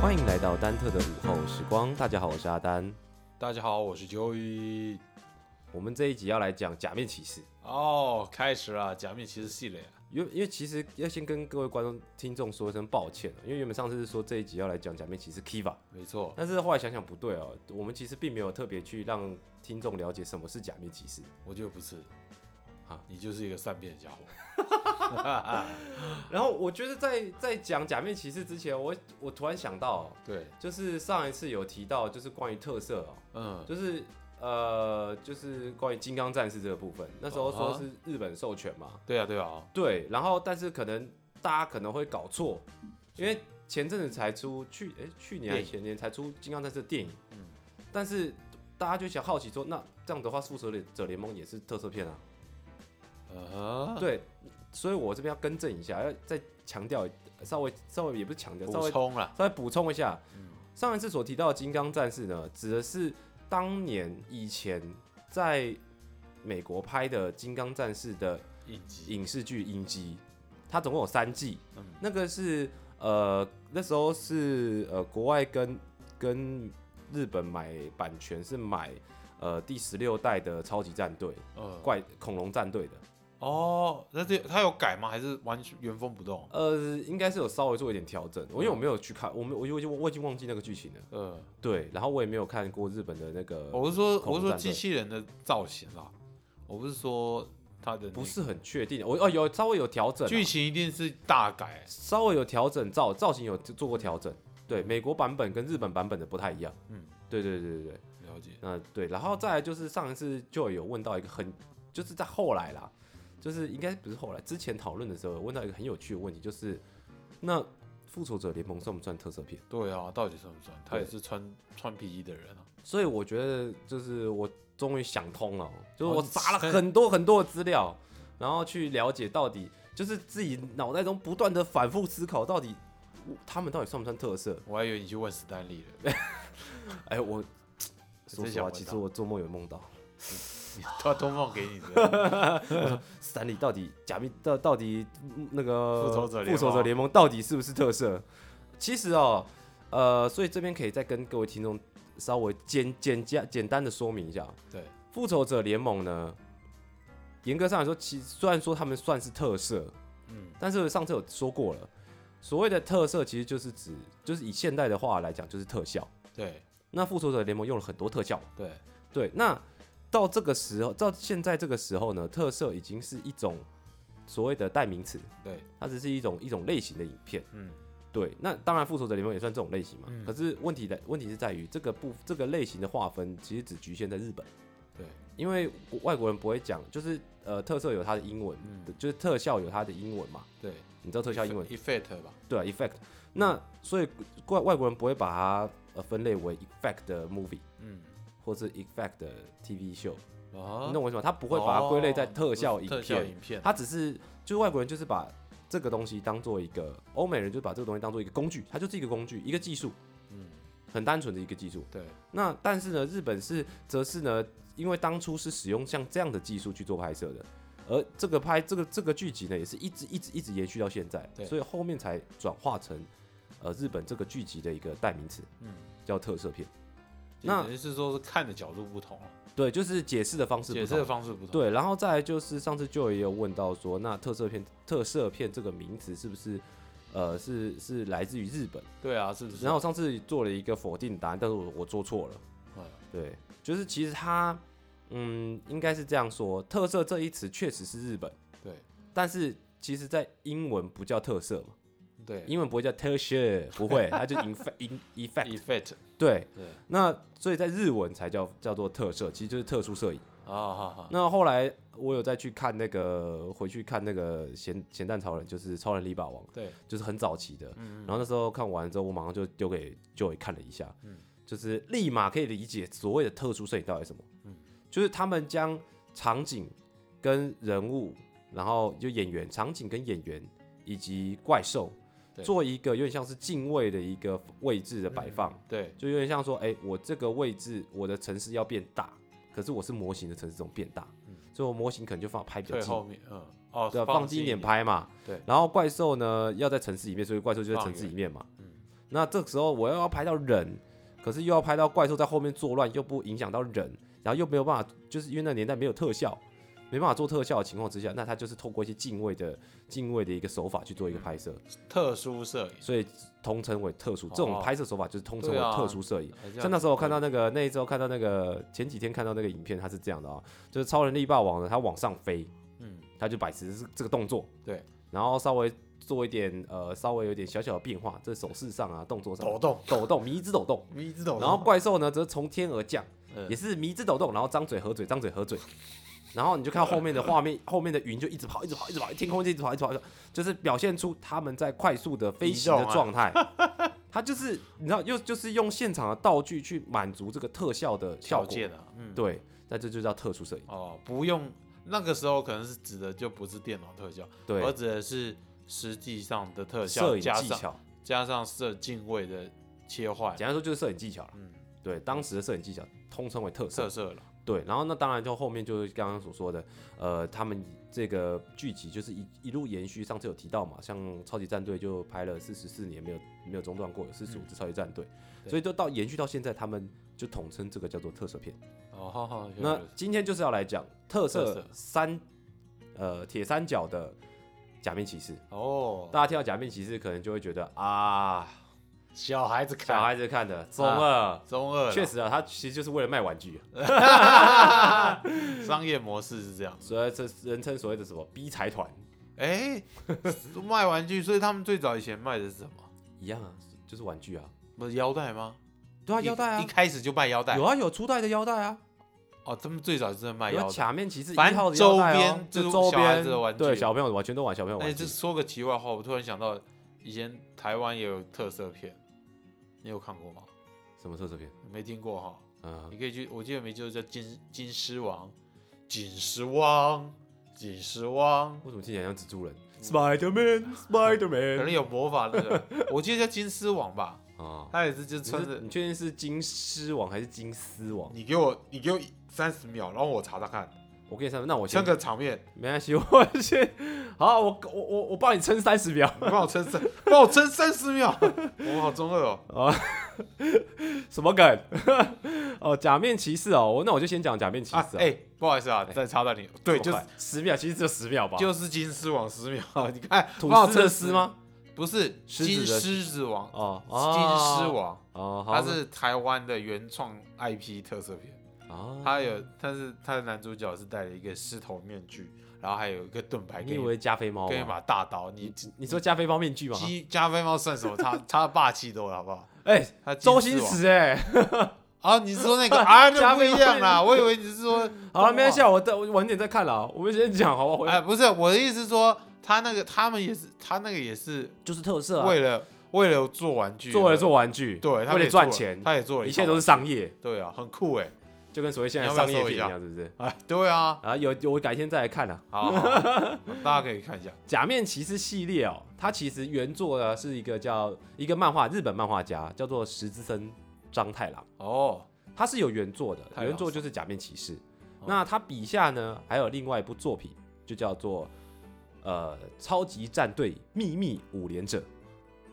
欢迎来到丹特的午后时光。大家好，我是阿丹。大家好，我是 Joey。我们这一集要来讲假面骑士，哦，开始了，假面骑士系列啊。因为因为其实要先跟各位观众听众说一声抱歉，啊因为原本上次是说这一集要来讲假面骑士 Kiva，没错，但是后来想想不对哦，我们其实并没有特别去让听众了解什么是假面骑士。我觉得不是啊，你就是一个善变的家伙。 然后我觉得在在讲假面骑士之前，我我突然想到，哦对，就是上一次有提到就是关于特色哦，嗯，就是呃，就是关于金刚战士这个部分，那时候说啊是日本授权嘛，对啊，对啊，对，然后但是可能大家可能会搞错，因为前阵子才出去，哎、去年还电影嗯前年才出金刚战士的电影，但是大家就想好奇说，那这样的话，复仇者联盟也是特色片啊，嗯，，对，所以我这边要更正一下，要再强调稍微稍微也不是强调，稍补微充嗯了，稍微补充一下，上一次所提到的金刚战士呢，指的是当年以前在美国拍的金刚战士的应急，影视剧影集，它总共有三季，嗯那个是呃那时候是呃国外跟跟日本买版权是买呃第十六代的超级战队嗯，怪恐龙战队的，哦，那这他有改吗？还是完全原封不动？呃应该是有稍微做一点调整，因为我没有去看，我没我我已经我已经忘记那个剧情了，嗯，对，哦然后我也没有看过日本的那个。我是说，恐我龙是说战队机器人的造型啦，我不是说他的那不是很确定，我哦有稍微有调整啊，剧情一定是大改，稍微有调整造造型有做过调整，对美国版本跟日本版本的不太一样，嗯，对对对对对，了解，那对，然后再来就是上一次就有问到一个很，就是在后来啦，就是应该不是后来，之前讨论的时候有问到一个很有趣的问题，就是那复仇者联盟算不算特色片？对啊，到底算不算？他也对是穿穿皮衣的人啊，所以我觉得就是我终于想通了，就是我哦你查了很多很多的资料，然后去了解到底，就是自己脑袋中不断的反复思考，到底我他们到底算不算特色？我还以为你去问史丹利了。 哎，我说真实想话，问其实到我做梦有梦到他托梦给你的， 斯坦利到底假面到到底嗯那个复仇者联复盟仇者联盟到底是不是特色？其实哦，呃，所以这边可以再跟各位听众稍微简简简简单的说明一下，对，复仇者联盟呢，严格上来说，其实虽然说他们算是特色，嗯嗯，但是上次有说过了，所谓的特色其实就是指，就是以现代的话来讲，就是特效。对那复仇者联盟用了很多特效，对，对，那到这个时候，到现在这个时候呢，特色已经是一种所谓的代名词，对，它只是一种一种类型的影片。嗯，对，那当然，复仇者联盟也算这种类型嘛。嗯可是问题的问题是在于这个部这个类型的划分，其实只局限在日本。对，因为国外国人不会讲，就是呃特色有它的英文，嗯就是特效有它的英文嘛，对，你知道特效英文 effect 吧，对、啊、effect，那所以外外国人不会把它呃分类为 effect 的 movie 嗯或是 effect 的 TV 秀，啊你哦懂我意思吗？他不会把它归类在特效影哦特效片，影片，他只是就是外国人就是把这个东西当做一个欧美人就把这个东西当做一个工具，它就是一个工具，一个技术，嗯，很单纯的一个技术。对，那但是呢，日本是则是呢，因为当初是使用像这样的技术去做拍摄的，而这个拍这个这个剧集呢，也是一直一直一直延续到现在，对所以后面才转化成呃日本这个剧集的一个代名词，嗯，叫特色片。那那等于是说是看的角度不同了，对，就是解释的方式不解释的同。方式不同，，对，然后再来就是上次就也有问到说，那特色片特色片这个名词是不是呃是是来自于日本？对啊，是不是？然后我上次做了一个否定答案，但是我我做错了。嗯对，就是其实它，嗯，应该是这样说，特色这一词确实是日本，对但是其实在英文不叫特色嘛，对英文不会叫 texture，不会，它就 in fact in effect， ，effect，对，对，那所以在日文才叫叫做特色，其实就是特殊摄影。啊哈哈，那后来我有再去看那个，回去看那个咸咸蛋超人，就是超人李霸王，对，就是很早期的。嗯然后那时候看完之后，我马上就丢给 Joey 看了一下，嗯就是立马可以理解所谓的特殊摄影到底是什么。嗯就是他们将场景跟人物，然后就演员、场景跟演员以及怪兽，对嗯做一个有点像是敬畏的一个位置的摆放，对就有点像说，哎、我这个位置，我的城市要变大，可是我是模型的城市，怎么变大？所以我模型可能就放拍比较退近，嗯啊后面，嗯，哦，对啊，放近一点，拍嘛。对然后怪兽呢要在城市里面，所以怪兽就在城市里面嘛。嗯那这个时候我又要拍到人，可是又要拍到怪兽在后面作乱，又不影响到人，然后又没有办法，就是因为那年代没有特效，没办法做特效的情况之下，那他就是透过一些敬畏的敬畏的一个手法去做一个嗯拍摄，特殊摄影，所以通称为特殊。这种哦拍摄手法就是通称为对啊特殊摄影。还这样像那时候我看到那个那一周看到那个前几天看到那个影片，它是这样的啊、就是超人力霸王呢，他往上飞，嗯嗯，他就摆持这这个动作，对，然后稍微做一点呃稍微有点小小的变化，这手势上啊动作上抖动，抖动迷之抖动，迷之抖动，然后怪兽呢则是从天而降，嗯也是迷之抖动，然后张嘴合嘴张嘴合 嘴，然后你就看后面的画面， 后面的云就一直跑一直跑一直跑，天空就一直跑一直跑，一直跑就是表现出他们在快速的飞行的移动啊状态。 他就是你知道，又就是用现场的道具去满足这个特效的效果，条件啊，嗯，对，那这就叫特殊摄影。哦，不用，那个时候可能是指的就不是电脑特效，而对，指的是实际上的哦特效摄影加技上嗯巧，加上摄镜位的切换，简单说就是摄影技巧了。嗯对，当时的摄影技巧通称为特色特。色了，对，然后那当然就后面就是刚刚所说的，呃，他们这个剧集就是一一路延续，上次有提到嘛，像超级战队就拍了四十四年没有没有中断过，有四十五支超级战队，嗯对所以就到延续到现在，他们就统称这个叫做特色片。哦，好好，原来那如此今天就是要来讲特特色色三，呃，铁三角的假面骑士。哦，大家听到假面骑士可能就会觉得啊，小孩子小看孩子看的中二，中二啦，确实啊，他其实就是为了卖玩具。啊商业模式是这样。所以这人称所谓的什么 B 财团哎、卖玩具，所以他们最早以前卖的是什么？一样啊，就是玩具啊。不是腰带吗？对啊，一腰带一啊，开始就卖腰带。有啊，有初代的腰带啊，哦，他们最早真的卖有腰啊带。假面骑士一反正号的腰带周哦、边就就是周小孩子的边玩具对小朋友的玩全都玩小朋友哎、玩具这，说个题外话，我突然想到，以前台湾也有特色片，你有看过吗？什么特色片？没听过哈？嗯，你可以去，我记得没就是叫金金狮王，锦狮王，锦狮王，为什么听起来像蜘蛛人？Spider Man Spider 可 Man 能有魔法那个，我记得叫金狮王吧，啊，他也是就你穿着是你确定是金狮王还是金丝王？你给我，你给我三十秒，然后我查查看，我跟你说，那我像先个场面，没关系，我先 好，我我我我帮你撑三十秒。 你帮我撑三，帮我撑三十秒， 我们好中二哦。什么梗？ 哦，假面骑士哦，我那我就先讲假面骑士、啊，哎、不好意思啊，再插断你，对，这就么是快十秒，其实只有十秒吧。就是金狮王十秒， 你看，吐帮我司撑的死丝？吗？不是，狮子金的狮子王，哦，金狮王，哦，好他是台湾的原创 IP 特色片，啊，他有，但是他的男主角是戴了一个狮头面具，然后还有一个盾牌，你以跟一为加菲猫吗？跟一把大刀，你你说加菲猫面具吗？鸡加菲猫算什么？他 他霸气多了，好不好？哎，他周金星狮王驰哎，啊，你说那个啊，加 那不菲，一样啦，我以为你是说好了，没关系啊，我等我晚点再看了。我们先讲好不好？回哎，不是，我的意思是说，他那个他们也是，他那个也是就是特色啊，为了为了做玩具，做了，做玩具，对，他们为也了做赚了钱，他也做了，一切都是，商业，对啊，很酷哎，就跟所谓现在你要不要商业搜片一一下样，是不是？哎， 对啊，啊，有有，我改天再来看啊。好，好好大家可以看一下，假面骑士系列哦，它其实原作呢是一个叫一个漫画日本漫画家叫做石之森章太郎。哦，它是有原作的，太原阳作神就是《假面骑士》哦那他笔下呢还有另外一部作品，就叫做呃《超级战队秘密五连者》，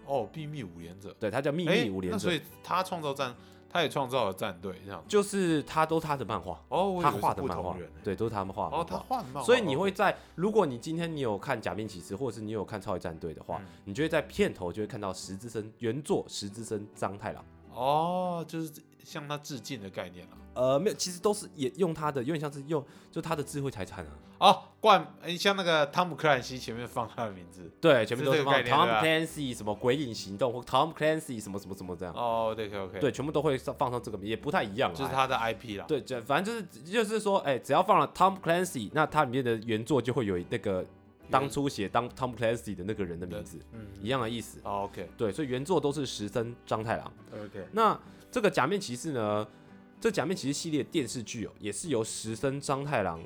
哦，秘密五连者，对，它叫《秘哎密五连那者所》以他创造战，他也创造了战队这样，就是他都他的漫画，哦，我以他为是画的不漫画同人欸，对，都是他们画的漫哦，他画。画的漫画，所以你会在，如果你今天你有看《假面骑士》，或者是你有看《超级战队》的话，嗯你就会在片头就会看到石之森原作石之森章太郎。哦，就是向他致敬的概念啊啦。呃，没有，其实都是也用他的，有点像是用就他的智慧财产啊，哦，冠，诶像那个汤姆克兰西前面放他的名字。对，前面都是是这个放概念 Tom 对吧 Clancy 什么鬼影行动或 Tom Clancy 什么什么什么这样，哦，对，OK OK，，啊对，全部都会上放上这个名，也不太一样啦啊就是，他的 IP 啦。对，就反正就是就是说，哎、只要放了 Tom Clancy，那它里面的原作就会有那个当初写当 Tom Clancy 的那个人的名字，嗯，一样的意思。哦，OK 对，所以原作都是石森章太郎。 OK，那这个假面骑士呢？这假面骑士系列电视剧哦，也是由石森章太郎，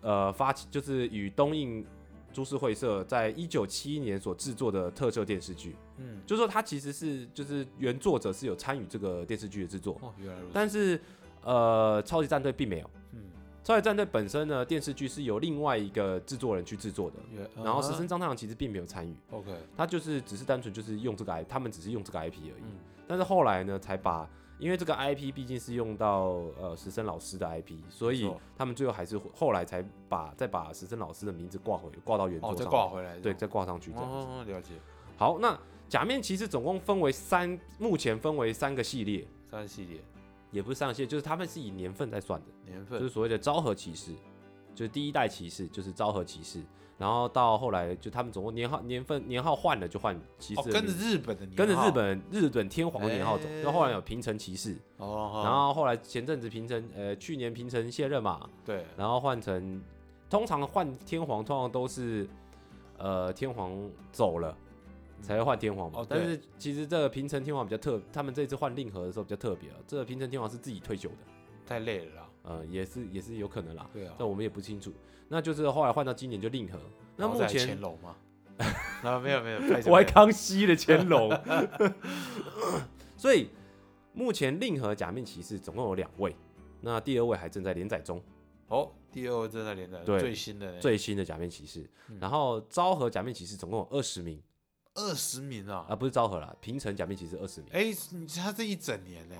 呃，发起就是与东映株式会社在一九七一年所制作的特摄电视剧。嗯，就是说，它其实是就是原作者哦是有参与这个电视剧的制作，哦，原来如此。但是呃，超级战队并没有。嗯，超级战队本身呢，电视剧是由另外一个制作人去制作的，也然后啊石森章太郎其实并没有参与， OK，他就是只是单纯就是用这个 IP，他们只是用这个 IP 而已。嗯但是后来呢，才把因为这个 IP 毕竟是用到呃石森老师的 IP，所没以错他们最后还是后来才把再把石森老师的名字挂回挂到原作哦，上再面，挂回来，对，，再挂上去这样子。哦，了解，好，那假面骑士总共分为三，目前分为三个系列，三系列也不是三个系列，就是他们是以年份在算的，年就份是所谓的昭和骑士，就是第一代骑士，就是昭和骑士，然后到后来就他们总共年号年份年号换了就换骑士哦，的名字、跟着日本的哦年号，跟着日本日本天皇的年号走，哎然后后来有平成骑士，哦，然后后来前阵子平成呃去年平成卸任嘛，对，然后换成通常换天皇通常都是呃天皇走了才会换天皇嘛，哦对但是其实这个平成天皇比较特，他们这次换令和的时候比较特别了，这个平成天皇是自己退休的，太累了啦，呃也是也是有可能啦，对啊，但我们也不清楚，那就是后来换到今年就令和，那然后目再来前乾隆 吗？啊，没有没有，拍手我还拍手康熙的乾隆。 所以目前令和假面骑士总共有两位，那第二位还正在连载中，哦，第二位正在连载，对最新的呢最新的假面骑士。然后昭和假面骑士总共有二十名二十名啊啊，，不是昭和啦，平成假面骑士二十名，哎，你他这一整年呢？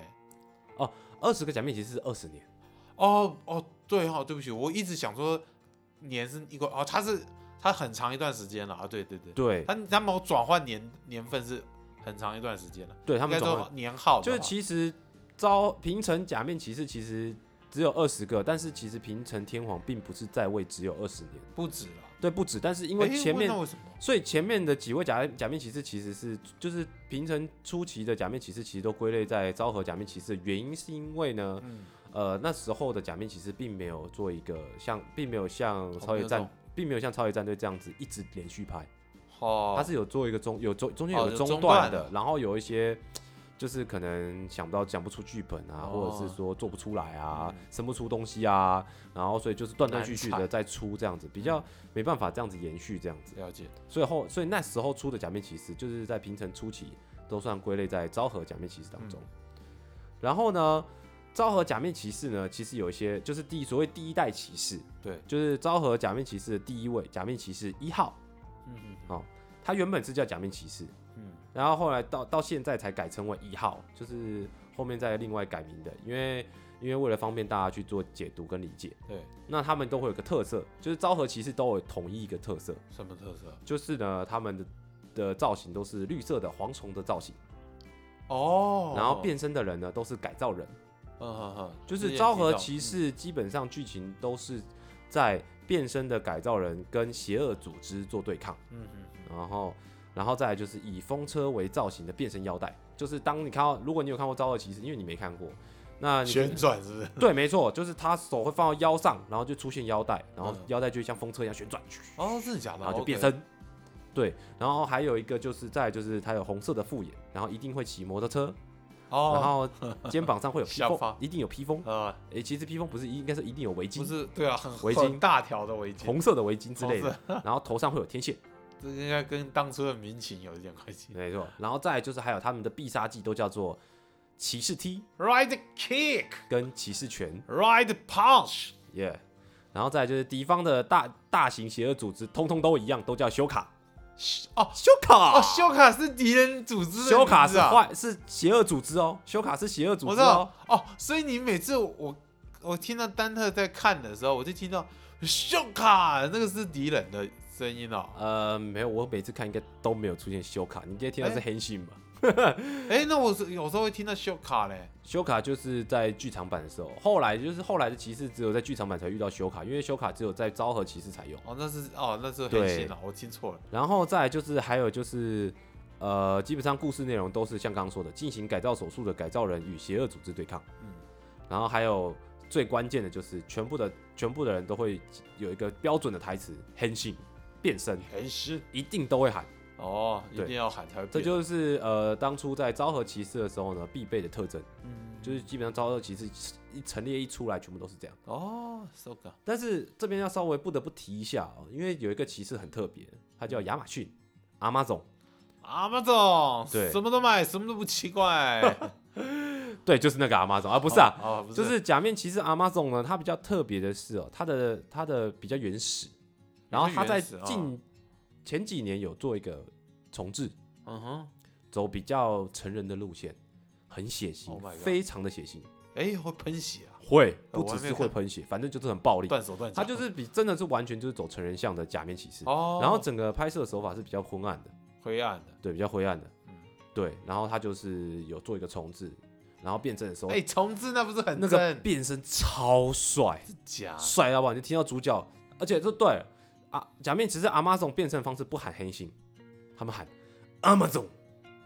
二十个假面骑士二十年。哦哦，对哈、哦，对不起，我一直想说年是一个哦，它是它很长一段时间了啊，对对对，对它它们转换年年份是很长一段时间了，对，他应们该总说共年号的就是话其实昭平成假面骑士其实只有二十个，但是其实平成天皇并不是在位只有二十年，不止了，对，不止。但是因为诶前面那为什么？所以前面的几位假假面骑士其实是就是平成初期的假面骑士，其实都归类在昭和假面骑士。原因是因为呢，嗯，呃，那时候的假面骑士并没有做一个像，并没有像哦超越没有战做，并没有像超越战队这样子一直连续拍，哦，它是有做一个中有中中间哦有有个中中断断的，的然后有一些。就是可能想不到讲不出剧本啊，哦或者是说做不出来啊，嗯生不出东西啊，然后所以就是断断续续难的产嗯在出这样子，比较没办法这样子延续这样子。了解，所以后，所以那时候出的假面骑士，就是在平成初期都算归类在昭和假面骑士当中。嗯然后呢，昭和假面骑士呢，其实有一些就是第所谓第一代骑士，对，就是昭和假面骑士的第一位假面骑士一号，嗯哦，他原本是叫假面骑士，嗯然后后来到到现在才改称为一号，就是后面再另外改名的，因为因为为了方便大家去做解读跟理解，对，那他们都会有个特色，就是昭和骑士都有统一一个特色，什么特色？就是呢，他们的的造型都是绿色的蝗虫的造型，哦，然后，变身的人呢都是改造人，嗯哼哼，就是昭和骑之前提嗯士基本上剧情都是在变身的改造人跟邪恶组织做对抗，到，嗯嗯然后然后再来就是以风车为造型的变身腰带，就是当你看到如果你有看过昭和骑士，因为你没看过，那嗯，你旋转是不是？对，没错，就是他手会放到腰上，然后就出现腰带，然后嗯腰带就像风车一样旋转，哦，真的假的？然后就 OK 变，身。对，然后还有一个就是再来就是它有红色的复眼，然后一定会骑摩托车，然哦，后 肩膀上会有披想风法，一定有披风。呃，诶，其实披风不是一应该是一定有围不巾，是，对啊，很围很巾大条的围巾，红色的围巾之类红的，然后头上会有天线，这应该跟当初的民情有一点关系。没错。然后再来就是还有他们的必杀技都叫做骑士踢 Right kick, 跟骑士拳， right punch，耶、然后再来就是敌方的大大型邪恶组织，通通都一样，都叫修卡。哦修卡哦，修卡是敌人组织的名字啊啊，修卡是坏是邪恶组织哦，修卡是邪恶组我织知哦道。哦，所以你每次我我听到丹特在看的时候，我就听到修卡那个是敌人的声音哦。呃，没有，我每次看应该都没有出现修卡。你今天听到是黑信吧？ 哎，那我是有时候会听到修卡嘞，修卡就是在剧场版的时候，后来就是后来的骑士只有在剧场版才遇到修卡，因为修卡只有在昭和骑士才有。哦，那是哦，那是对黑心了，我听错了。然后再来就是还有就是，呃，基本上故事内容都是像刚刚说的，进行改造手术的改造人与邪恶组织对抗。嗯嗯，然后还有最关键的就是全部的全部的人都会有一个标准的台词，黑信变身黑心一定都会喊。哦，一对定要喊才会变。这就是呃，当初在昭和骑士的时候呢，必备的特征，嗯就是基本上昭和骑士一陈列一出来，全部都是这样。哦，修卡但是这边要稍微不得不提一下哦，因为有一个骑士很特别，他嗯叫亚马逊，阿玛总。阿玛总，对什么都买，什么都不奇怪。对，就是那个阿妈种啊， 不是啊，哦，哦不是，就是假面骑士阿妈种呢，它比较特别的是哦，它的它的比较原始，然后它在原始哦近前几年有做一个重置，嗯哼，走比较成人的路线，很血腥 Oh my god 非常的血腥，哎，会喷血啊，会呃不我还只没是会看喷血，反正就是很暴力。断手断脚，它就是比真的是完全就是走成人向的假面骑士，哦，然后整个拍摄手法是比较昏暗的，灰暗的，对，比较灰暗的嗯，对。然后它就是有做一个重置，然后变身的时候，哎，重置那不是很那个真变身超帅，假？帅到爆！你就听到主角，而且这对了啊，假面骑士阿妈总变身方式不喊黑心，他们喊阿玛总，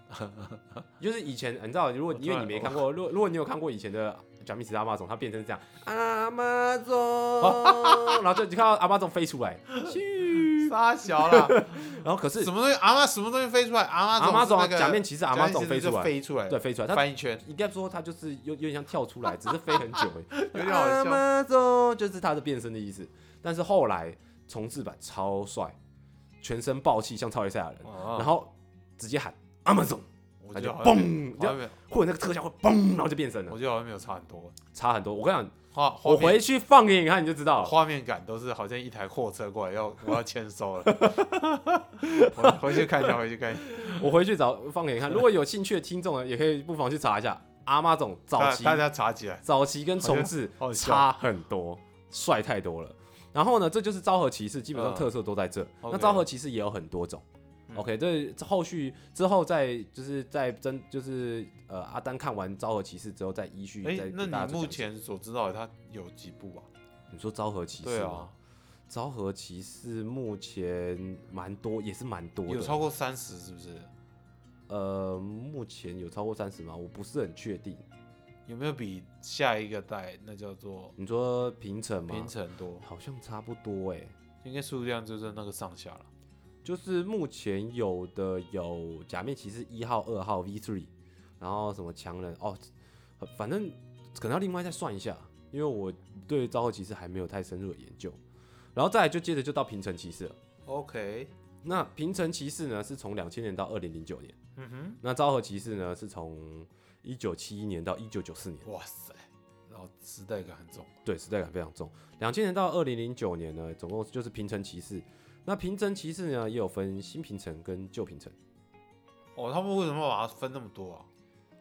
就是以前你知道，如果我因为突你然没看过，如果如果你有看过以前的假面骑士阿妈总，他变成这样阿妈 总，然后就你看到阿妈总飞出来，咻傻小啦，然后可 是什么东西阿妈什么东西飞出来？阿妈阿妈总总是啊那个假面骑士阿妈总总飞出来，飞出来，对，飞出来，他翻一圈，应该说他就是有有点像跳出来，只是飞很久而已， 有点好笑阿妈总就是他的变身的意思。但是后来重置版超帅，全身爆气，像超级赛亚人，然然后直接喊阿玛总，哦我他觉就得好像没嘣，好像没有，或者那个特效会嘣，然后就变身了我，觉得好像没有差很多。差很多。我跟你讲，画画我面回去放给你看，你就知道了。画面感都是好像一台货车过 来要我要签收了，我回去看一下，回去看一下。我回去找放给你看。如果有兴趣的听众呢，啊也可以不妨去查一下阿妈总早大期大家查起来，早期跟重置好笑差很多，帅太多了。然后呢，这就是昭和骑士，基本上嗯特色都在这。 OK 那昭和骑士也有很多种。嗯 OK，这后续之后再就是在真就是呃阿丹看完昭和骑士之后再依序再哎、给那大家你做目讲解前所知道的它有几部啊？你说昭和骑对士吗啊？，昭和骑士目前蛮多，也是蛮多有的。超过三十是不是？呃，目前有超过三十吗？我不是很确定。有没有比下一个代那叫做你说平成吗？平成多？好像差不多哎、应该数量就是那个上下了。就是目前有的有假面骑士一号、二号、V three，然后什么强人哦，呃反正可能要另外再算一下，因为我对昭和骑士还没有太深入的研究。然后再来就接着就到平成骑士了。 OK，那平成骑士呢是从两千年到二零零九年，嗯那昭和骑士呢是从一九七一年到一九九四年，哼，哇塞，然后时代感很重。对时代感非常重。两千年到二零零九年呢，总共就是平成骑士。那平成骑士呢也有分新平成跟旧平成。哦，他们为什么把它分那么多啊？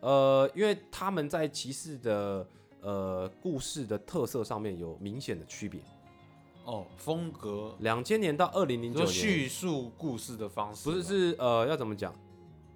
呃，因为他们在骑士的呃故事的特色上面有明显的区别。哦，风格，两千年到二零零你九说年，叙述故事的方式不是吗是呃要怎么讲，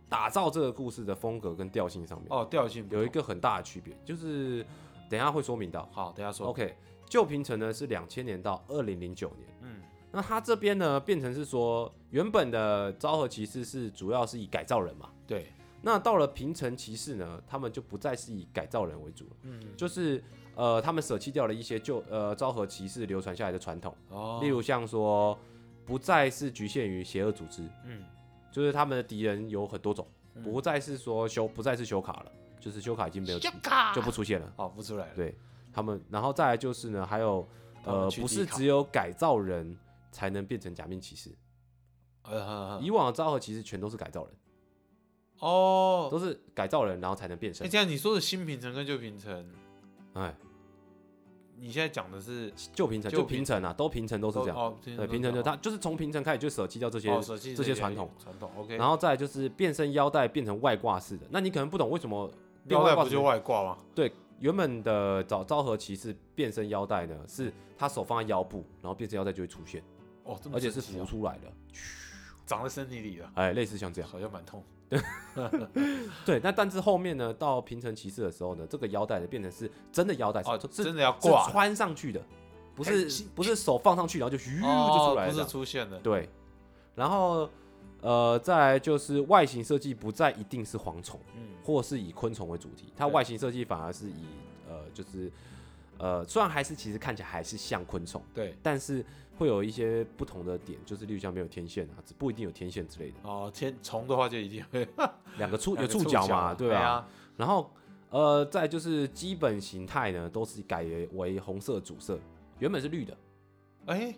打造这个故事的风格跟调性上面、哦，调性不有一同个很大的区别，就是等一下会说明到。好，等一下说。 OK，旧平成呢是两千年到二零零九年，嗯，那它这边呢变成是说原本的昭和骑士是主要是以改造人嘛，对，那到了平成骑士呢，他们就不再是以改造人为主了，嗯，就是呃，他们舍弃掉了一些旧呃昭和骑士流传下来的传统，哦，例如像说不再是局限于邪恶组织，嗯，就是他们的敌人有很多种，嗯不再是说修不再是修卡了，就是修卡已经没有修卡就不出现了。好不出来了。对他们，然后再来就是呢，还有他们呃，去不地是卡只有改造人才能变成假面骑士，呃，以往的昭和骑士全都是改造人，哦，都是改造人然后才能变那身。这样你说的新平城跟旧平城，哎，你现在讲的是旧平成旧就平成啊，都平成都都是这样。哦，对，平成就大他就是从平成开始就舍弃掉这些哦，舍弃这些些传统传统。OK，然后再来就是变身腰带变成外挂式的，那你可能不懂为什么变腰外带挂不式就的。外挂吗？对，原本的早昭和骑士变身腰带呢，是他手放在腰部，然后变身腰带就会出现，哦，这么而且是神奇浮哦出来的，长在身体里的，哎，类似像这样。好像蛮痛。对，那但是后面呢，到平成骑士的时候呢，这个腰带呢变成是真的腰带，哦，是是真的要是挂了，穿上去的，不嘿是是不是手放上去然后就咻就哦出来了这不是样。出现的。对，然后呃，再来就是外形设计不再一定是蝗虫。嗯，或是以昆虫为主题，它对外形设计反而是以呃，就是呃，虽然还是其实看起来还是像昆虫，对。但是会有一些不同的点，就是例如像没有天线啊，只不一定有天线之类的，哦，天虫的话就一定会两个触有两个触角嘛，啊对哎啊，呀，然后呃，再就是基本形态呢，都是改为红色主色，原本是绿的，哎，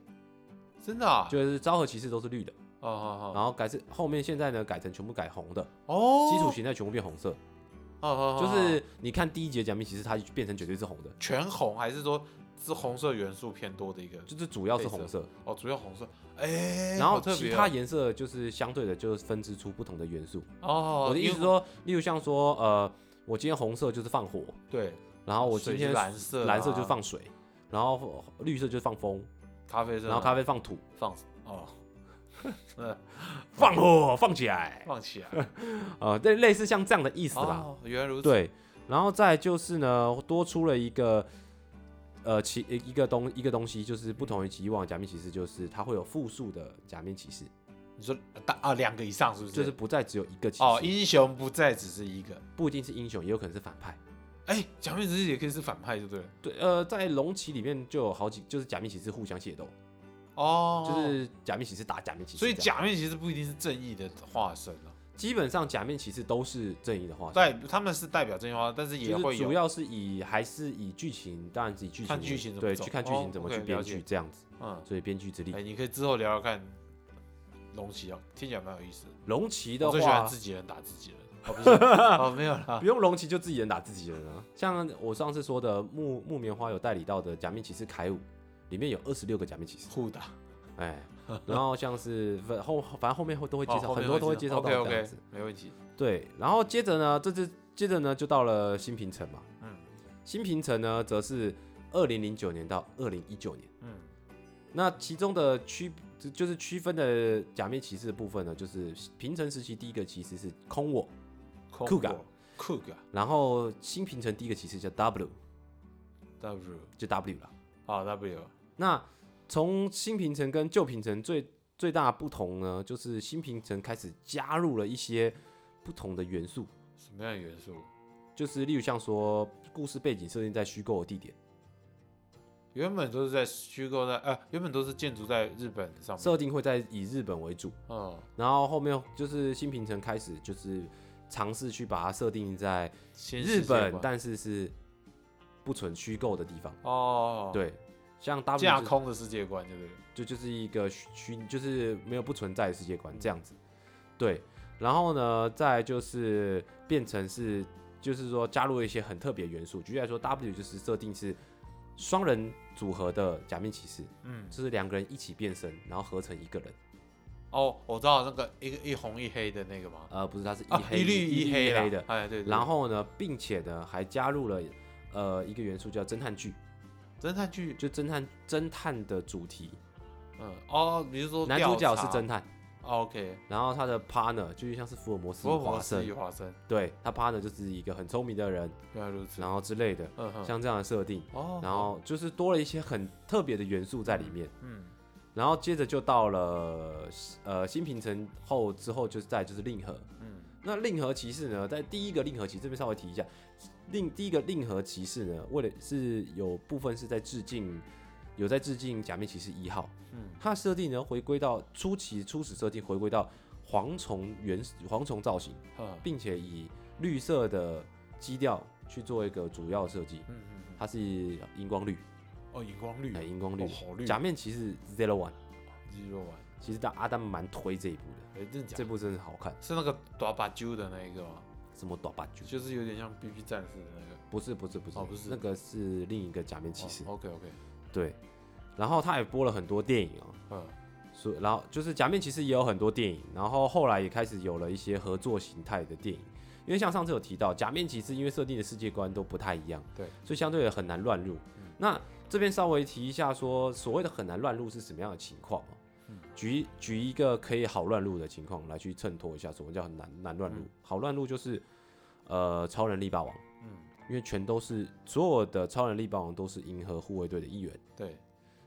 真的啊，就是啊昭和骑士都是绿的，哦哦然后改成后面现在呢改成全部改红的，哦，基础形态全部变红色，哦哦，就哦哦是你看第一集的假面骑士，它变成绝对是红的，全红还是说是红色元素偏多的一个？就是主要是红色，哦，主要红色。哎，然后好特其别哦他颜色就是相对的，就是分支出不同的元素。哦，我的意思因是为，说，例如像说，呃，我今天红色就是放火，对，然后我水今天是蓝色啊，蓝色就是放水，然后绿色就是放风，咖啡色，啊然后咖啡放 土，放 哦，嗯，放火放起来，放起来，呃，类类似像这样的意思啦。哦，原来如此，对，然后再就是呢，多出了一个。呃，其一个东一个东西就是不同于以往的假面骑士，就是它会有复数的假面骑士，你说大啊，两个以上是不是？就是不再只有一个骑士，哦，英雄不再只是一个。不一定是英雄，也有可能是反派。哎，假面骑士也可以是反派，对不对了？对，呃，在龙骑里面就有好几，就是假面骑士互相械斗，哦，就是假面骑士打假面骑士这所以样，假面骑士不一定是正义的化身啊，基本上假面骑士都是正义的化身，代他们是代表正义化，但是也啊就会是主有要是以还是以剧情，当然是以剧情看为剧情怎么对走去看剧哦情怎么，OK，去编了解剧这样子，嗯，所以编剧之力哎，。你可以之后聊聊看龙骑哦，听起来蛮有意思的。龙骑的我最喜欢话，自己人打自己人，哦不是，哦没有 啦，不用龙骑就自己人打自己人啊。像我上次说的木木棉花有代理到的假面骑士凯五，里面有二十六个假面骑士，互打。 哎，然后像是反后反正后面会都会介绍，哦很多都会介绍到这 OK 样 OK，子。没问题。对，然后接着呢，这次接着呢就到了新平城嘛。嗯新平城呢，则是二零零九年到二零一九年。嗯，那其中的区就就是区分的假面骑士的部分呢，就是平城时期第一个骑士是空我，酷感酷感然后新平城第一个骑士叫 W， W 就 W 了。啊 W 那从新平城跟旧平城最最大的不同呢，就是新平城开始加入了一些不同的元素，什么样的元素？就是例如像说故事背景设定在虚构的地点。原本都是在虚构在呃，原本都是建筑在日本上面。设定会在以日本为主，嗯，然后后面就是新平城开始就是尝试去把它设定在新世日界本，观但是是不纯虚构的地方。哦，，对，像 W 架就空的世界观，对不对？就就是一个虚虚，就是没有不存在的世界嗯观这样子。对，然后呢，再就是变成是，就是说加入了一些很特别的元素。举例来说，W 就是设定是双人组合的假面骑士，嗯，就是两个人一起变身，然后合成一个人。哦，我知道那个一个一红一黑的那个嘛，呃，不是，它是一啊，黑、一绿一黑啦黑的。哎对。对然后呢，并且呢还加入了呃一个元素叫侦探剧，对侦探剧，就侦探侦探的主题，嗯，哦，比如说男主角调是查侦探，哦，OK，然后他的 partner 就像是福尔摩斯福尔华摩斯生与，华生，对他 partner 就是一个很聪明的人，原来如此。然后之类的，嗯哼，像这样的设定，哦，然后就是多了一些很特别的元素在里面。嗯，然后接着就到了呃新平城后之后，就是再就是令和。嗯，那令和骑士呢，在第一个令和骑士这边稍微提一下，令第一个令和骑士呢，为了是有部分是在致敬，有在致敬假面骑士一号。嗯，它的设定呢回归到初期初始设定，回归到蝗虫原始蝗虫造型，嗯并且以绿色的基调去做一个主要设计。嗯嗯，它是荧光绿，哦，荧光绿哎，，荧光绿哦，。好绿，假面骑士 Zero One，肌肉丸，其实大阿丹蛮推这一部的，哎，真的假这的？部真的好看，是那个短把揪的那一个吗？什么短八局？就是有点像 BB 战士的那个。不是不是不是，哦不是哦那个是另一个假面骑士。 OK OK，对，然后他也播了很多电影啊、嗯，所以然后就是假面骑士也有很多电影，然后后来也开始有了一些合作形态的电影。因为像上次有提到，假面骑士因为设定的世界观都不太一样，对，嗯所以相对的很难乱入。那这边稍微提一下说，所谓的很难乱入是什么样的情况、啊嗯举举一个可以好乱入的情况来去衬托一下，什么叫很难难乱入？嗯好乱入就是，呃，超人力霸王，嗯，因为全都是所有的超人力霸王都是银河护卫队的一员，对，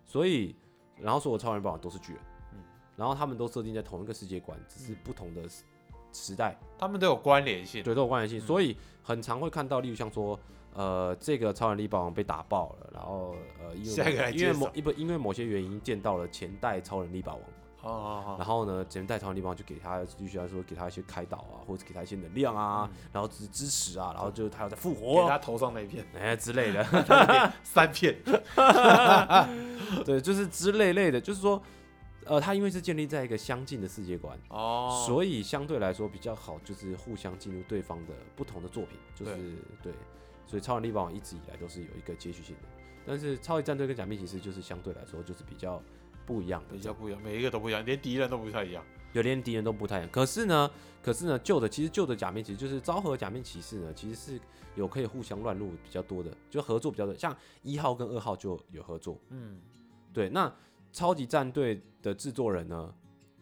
所以，然后所有超人霸王都是巨人，嗯然后他们都设定在同一个世界观，只是不同的时时代，他们都有关联性。对，都有关嗯联性，所以很常会看到，例如像说，呃，这个超人力霸王被打爆了，然后呃，因为下一个来因为接手某因为因为某些原因见到了前代超人力霸王，哦哦然后呢，前代超人力霸王就给他，就需要说给他一些开导啊，或者给他一些能量啊，然后支支持啊，然后就他要再复哦，嗯给活他。头上那 一片，哎之类的， 三片。对，就是之类类的，就是说，呃，它因为是建立在一个相近的世界观，哦，所以相对来说比较好，就是互相进入对方的不同的作品，就是对，所以超人力霸王一直以来都是有一个接续性的，但是超级战队跟假面骑士就是相对来说就是比较不一样的，比较不一样，每一个都不一样，连敌人都不太一样。有连敌人都不太一样。可是呢，可是呢，旧的其实旧的假面骑士就是昭和假面骑士呢，其实是有可以互相乱入比较多的，就合作比较多，像一号跟二号就有合作。嗯，对，那超级战队的制作人呢，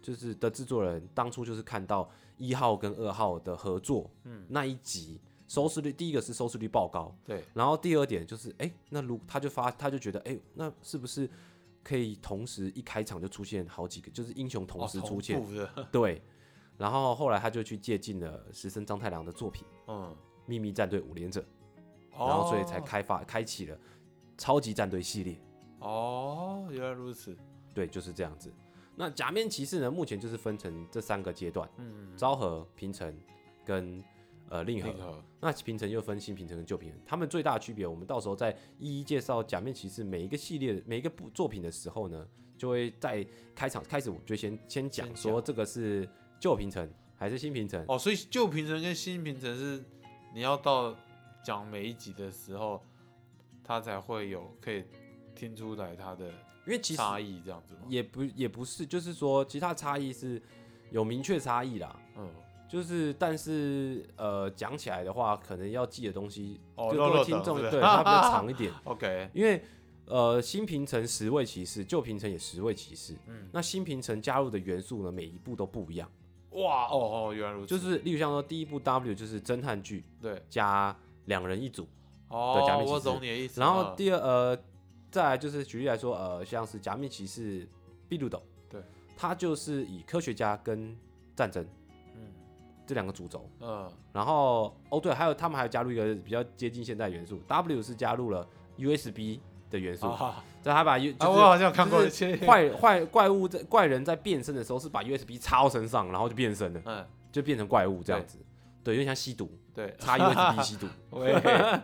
就是的制作人当初就是看到一号跟二号的合作，嗯，那一集收视率，第一个是收视率爆高，对，然后第二点就是，哎、那如他就发，他就觉得，哎、那是不是可以同时一开场就出现好几个，就是英雄同时出现，哦、同步的，对。然后后来他就去借鉴了石森章太郎的作品嗯， 《秘密战队五连者》，哦然后所以才开发开启了超级战队系列。哦，原来如此，对，就是这样子。那假面骑士呢，目前就是分成这三个阶段，嗯，昭和、平成跟呃令和。那个那平成又分新平成跟旧平成，他们最大的区别，我们到时候再一一介绍假面骑士每一个系列、每一个部作品的时候呢，就会在开场开始，我就先先讲先讲说这个是旧平成还是新平成。哦，所以旧平成跟新平成是你要到讲每一集的时候，它才会有可以听出来它的因为其实差异这样子吗？也不也不是，就是说其他差异是有明确差异啦，嗯，就是，但是呃，讲起来的话，可能要记的东西，哦就肉各位肉听的众是不是对它比 较长一点， OK，因为呃，新平成十位骑士，旧平成也十位骑士，嗯，那新平成加入的元素呢，每一部都不一样，哇，哦哦，原来如此，就是例如像说第一部 W 就是侦探剧对，加两人一组，对假哦，面骑我士懂你的意思了。嗯然后第二呃，再来就是举例来说，呃，像是假面骑士毕鲁斗，对，他就是以科学家跟战争嗯这两个主轴。嗯，然后哦对，还有他们还有加入一个比较接近现代元素，W 是加入了 USB 的元素，啊，这、他把 U 啊，就我是好像有看过，就是谢谢坏坏怪物在怪人在变身的时候是把 USB 插到身上，然后就变身了，嗯，就变成怪物这样子，对，有点像吸 毒，对，插 USB 吸毒。喂，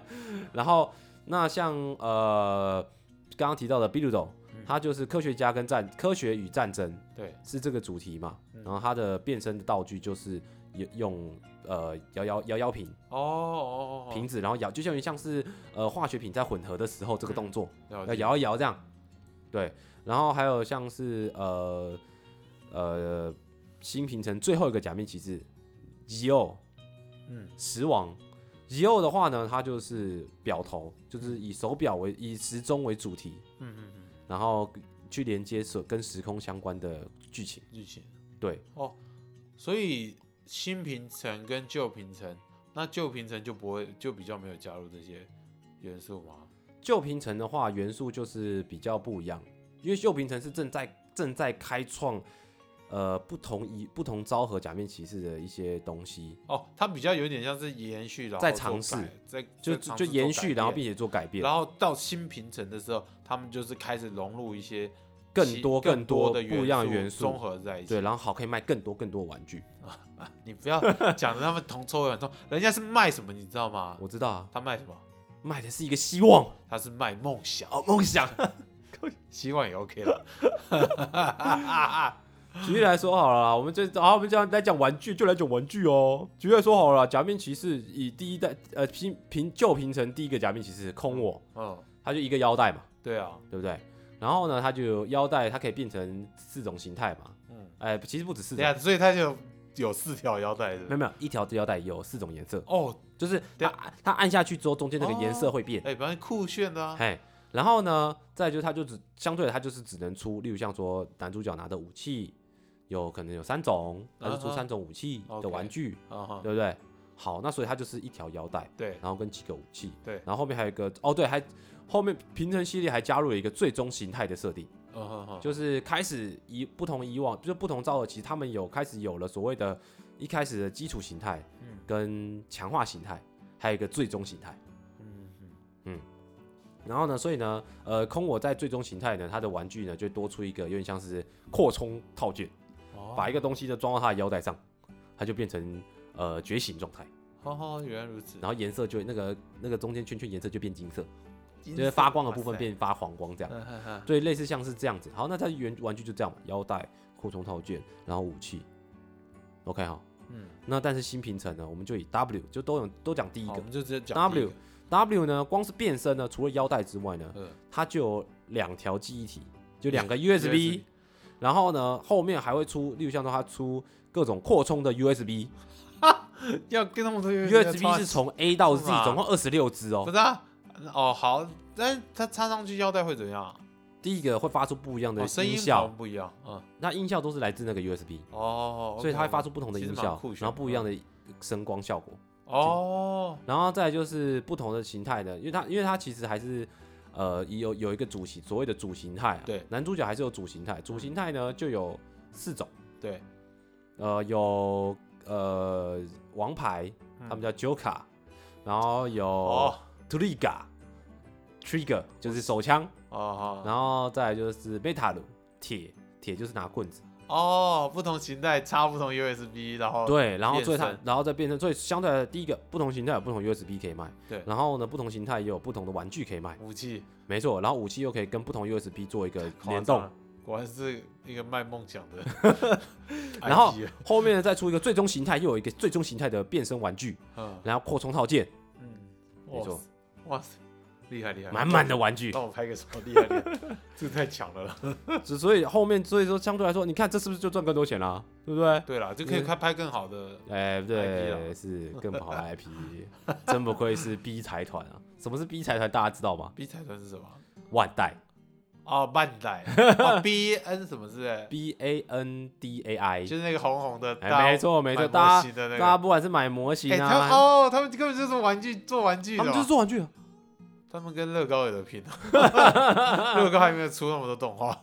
然后那像呃刚刚提到的 b i l d o 嗯他就是科学家跟战科学与战争对，是这个主题嘛，嗯然后他的变身的道具就是用用呃摇摇摇摇瓶。哦哦哦，瓶子，然后摇，就像像是呃化学品在混合的时候这个动作，了要解摇一摇这样。对，然后还有像是呃呃新平成最后一个假面骑士 Zio，嗯，石王 Zio 的话呢，它就是表头，就是以手表为以时钟为主题，嗯嗯嗯，然后去连接所跟时空相关的剧情。剧情对，哦，所以新平层跟旧平层，那旧平层就不会就比较没有加入这些元素吗？旧平城的话，元素就是比较不一样，因为旧平城是正在正在开创，呃，不同一不同昭和假面骑士的一些东西，哦，它比较有点像是延续，然后在做尝试改，在就在尝就试做延改续，然后变并且做改变，然后到新平层的时候，他们就是开始融入一些更其多更多的不一样的元综素，合在一起。对，然后好可以卖更多更多玩具。你不要讲的他们 同臭味很重，人家是卖什么你知道吗？我知道啊，他卖什么？卖的是一个希望他是卖梦想，哦，梦想。 希望也 OK 了。举例来说好了啦，我们这好，我们这样来讲玩具，就来讲玩具哦。举例来说好了啦，假面骑士以第一代呃平平旧平城第一个假面骑士空我，嗯，他就一个腰带嘛。对啊，对不对？然后呢，它就有腰带，它可以变成四种形态嘛。嗯，哎，其实不止四对啊种，下，所以他就有四条腰带没有的。没有，一条腰带有四种颜色，哦，就是对它它按下去之后，中间那个颜色会变。哎，反正酷炫的啊。嘿，然后呢，再就是它就只相对的，它就是只能出，例如像说男主角拿的武器，有可能有三种，它就嗯出哼三种武器的 OK 玩具，啊哈，对不对？好，那所以它就是一条腰带，对，然后跟几个武器，对然后后面还有一个哦，对，还后面平成系列还加入了一个最终形态的设定。嗯哼哼，就是开始以不同以往，就是不同造的，其实他们有开始有了所谓的一开始的基础形态，嗯跟强化形态，还有一个最终形态。嗯嗯然后呢，所以呢，呃，空我在最终形态呢，它的玩具呢就多出一个有点像是扩充套件，哦，把一个东西呢装到它的腰带上，它就变成呃觉醒状态，哦，原来如此。然后颜色就那个那个中间圈圈颜色就变金色，金就是色发光的部分哇塞变发黄光这样。嗯哼哼所以类似像是这样子。好，那它原玩具就这样嘛，腰带、扩充套件，然后武器。OK 好，嗯，那但是新平层呢，我们就以 W 就都有都讲第一好，个哦我。们就直接讲 W W 呢，光是变身呢，除了腰带之外呢，呃它就有两条记忆体，就两个 USB USB，然后呢后面还会出，例如像说它出各种扩充的 USB。要跟他们说 USB 是从 A 到是吗 Z，总共二十六支不哦。是啊？哦，好，但是它插上去腰带会怎样啊？第一个会发出不一样的哦，声音音效，好像不一样，嗯，那音效都是来自那个 USB，哦，所以它会发出出不同的其实音蛮效酷，炫然后不一样的嗯的声光效果。哦，然后再来就是不同的形态的，因为它因为它其实还是呃有有一个主形所谓的主形态、啊，对，嗯男主角还是有主形态，主形态呢就有四种，对，呃有呃王牌，嗯他们叫 Joka，、然后有哦 Triga、Trigger 就是手枪，哦然后再来就是 Metal 铁铁就是拿棍子，哦哦，不同形态插不同 USB，然后对，然后哦变所以它身然后再变成，所以相对来的第一个不同形态有不同 USB 可以卖，对然后呢不同形态也有不同的玩具可以卖。武器没错，然后武器又可以跟不同 USB 做一个夸联张动，了，果然是一个卖梦想的 idea。 然后后面呢再出一个最终形态，又有一个最终形态的变身玩具，嗯然后扩充套件，嗯，没哇错塞，哇塞，厉害厉害，满满的玩具。让我拍个什么厉 害的？这太强了啦！只所以后面所以说相对来说，你看这是不是就赚更多钱啦、对不对？对啦，就嗯可以拍拍更好的。哎、 IP 对，是更不好的 IP，真不愧是 B 财团啊！什么是 B 财团？大家知道吗？ B 财团是什么？万代哦，半 代啊 B N 什么是？ B A N D A I，就是那个红红的，哎，没错没错，大大家大的那个。家不管是买模型哎，他们啊，哦，他们根本就是玩具做玩具他的哦们嘛，就是做玩具啊，他们跟乐高有的 拼，乐高还没有出那么多动画，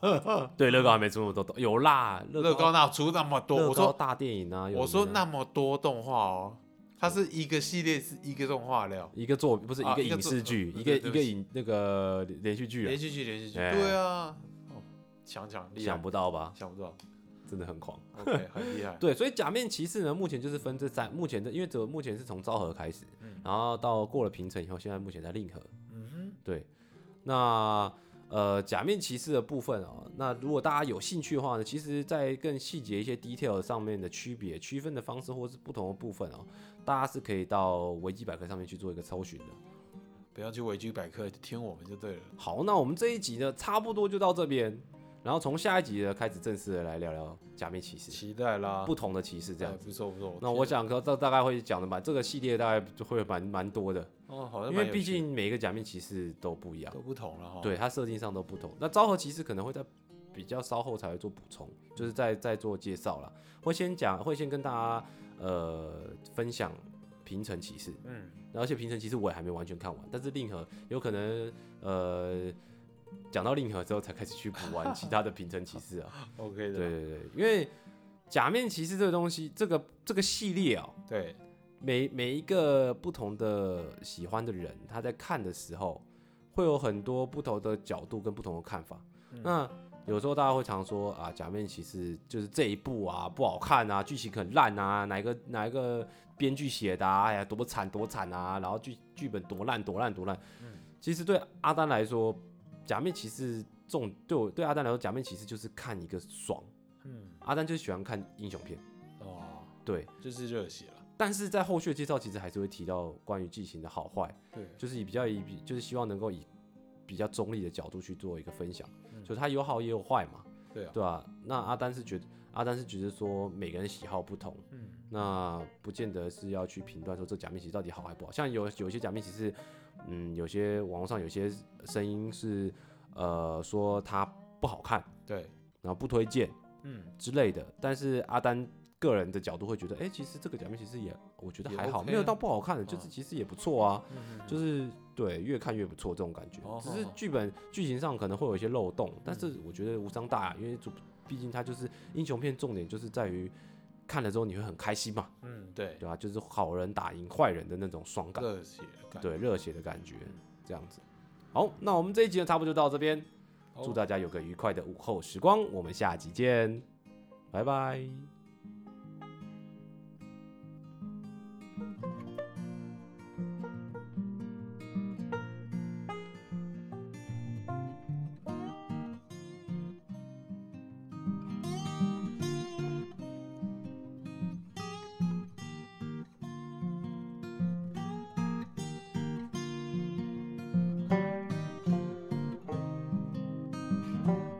对，乐高还没出那么多，有啦，乐高哪有出那么多？乐我高说大电影啊，有我说名啊那么多动画哦，它是一个系列是一个动画了，一个作不是一啊个一个影作视剧，呃一个对对一不个起影那个连续剧连啊，续啊剧连续剧，哎对啊，哦，强强厉想害，不到吧？想不到真的很狂。 ，OK，很厉害，对，所以假面骑士呢，目前就是分这三，目前的因为只有目前是从昭和开始，嗯然后到过了平成以后，现在目前在令和。嗯对，那呃假面骑士的部分哦，那如果大家有兴趣的话呢，其实，在更细节一些 detail 上面的区别、区分的方式，或是不同的部分哦，大家是可以到维基百科上面去做一个搜寻的。哼，不要去维基百科，听我们就对了。好，那我们这一集呢，差不多就到这边，然后从下一集呢开始正式的来聊聊假面骑士，期待啦，不同的骑士这样哎子。不错不错。那我觉想说，这大概会讲的蛮，这个系列大概就会蛮蛮多的，得哦，好像因为蛮有毕趣的竟每一个假面骑士都不一样，都不同了哈。，对它设定上都不同。那昭和骑士可能会在比较稍后才会做补充，就是再再做介绍啦。会先讲，会先跟大家呃分享平成骑士，嗯，而且平成其实我也还没完全看完，但是令和有可能呃讲到令和之后才开始去补完其他的平成骑士 啊。 OK 对的，对对，因为假面骑士这个东西，这个这个系列啊、对，每每一个不同的喜欢的人，他在看的时候会有很多不同的角度跟不同的看法。嗯那有时候大家会常说啊，假面骑士就是这一部啊不好看啊，剧情很烂啊，哪一个哪一个编剧写的、啊，哎呀多惨多惨啊，然后剧剧本多烂多烂多烂。其实对阿丹来说，假面骑士重对我对阿丹来说，假面骑士就是看一个爽。嗯，阿丹就是喜欢看英雄片，哦，对。就是热血啊了，但是在后续的介绍，其实还是会提到关于剧情的好坏，对，就是以比较以就是希望能够以比较中立的角度去做一个分享，嗯就它有好也有坏嘛，对啊，对吧、那阿丹是觉得阿丹是觉得说每个人喜好不同，嗯，那不见得是要去评断说这假面骑士到底好还不好。像有有些假面骑士，嗯，有些网络上有些声音是呃说它不好看，对，然后不推荐嗯，之类的，但是阿丹。个人的角度会觉得，哎、其实这个假面骑士也，我觉得也还好 OK 啊没有到不好看的，就是嗯其实也不错啊。嗯嗯就是对，越看越不错这种感觉哦。只是哦哦嗯剧本剧情上可能会有一些漏洞，但是我觉得无伤大雅，因为主毕竟它就是英雄片，重点就是在于看了之后你会很开心嘛，嗯，对，对吧、就是好人打赢坏人的那种爽感，热血感，对热血的感觉，这样子。好，那我们这一集呢，差不多就到这边，好祝大家有个愉快的午后时光，我们下集见，拜拜。嗯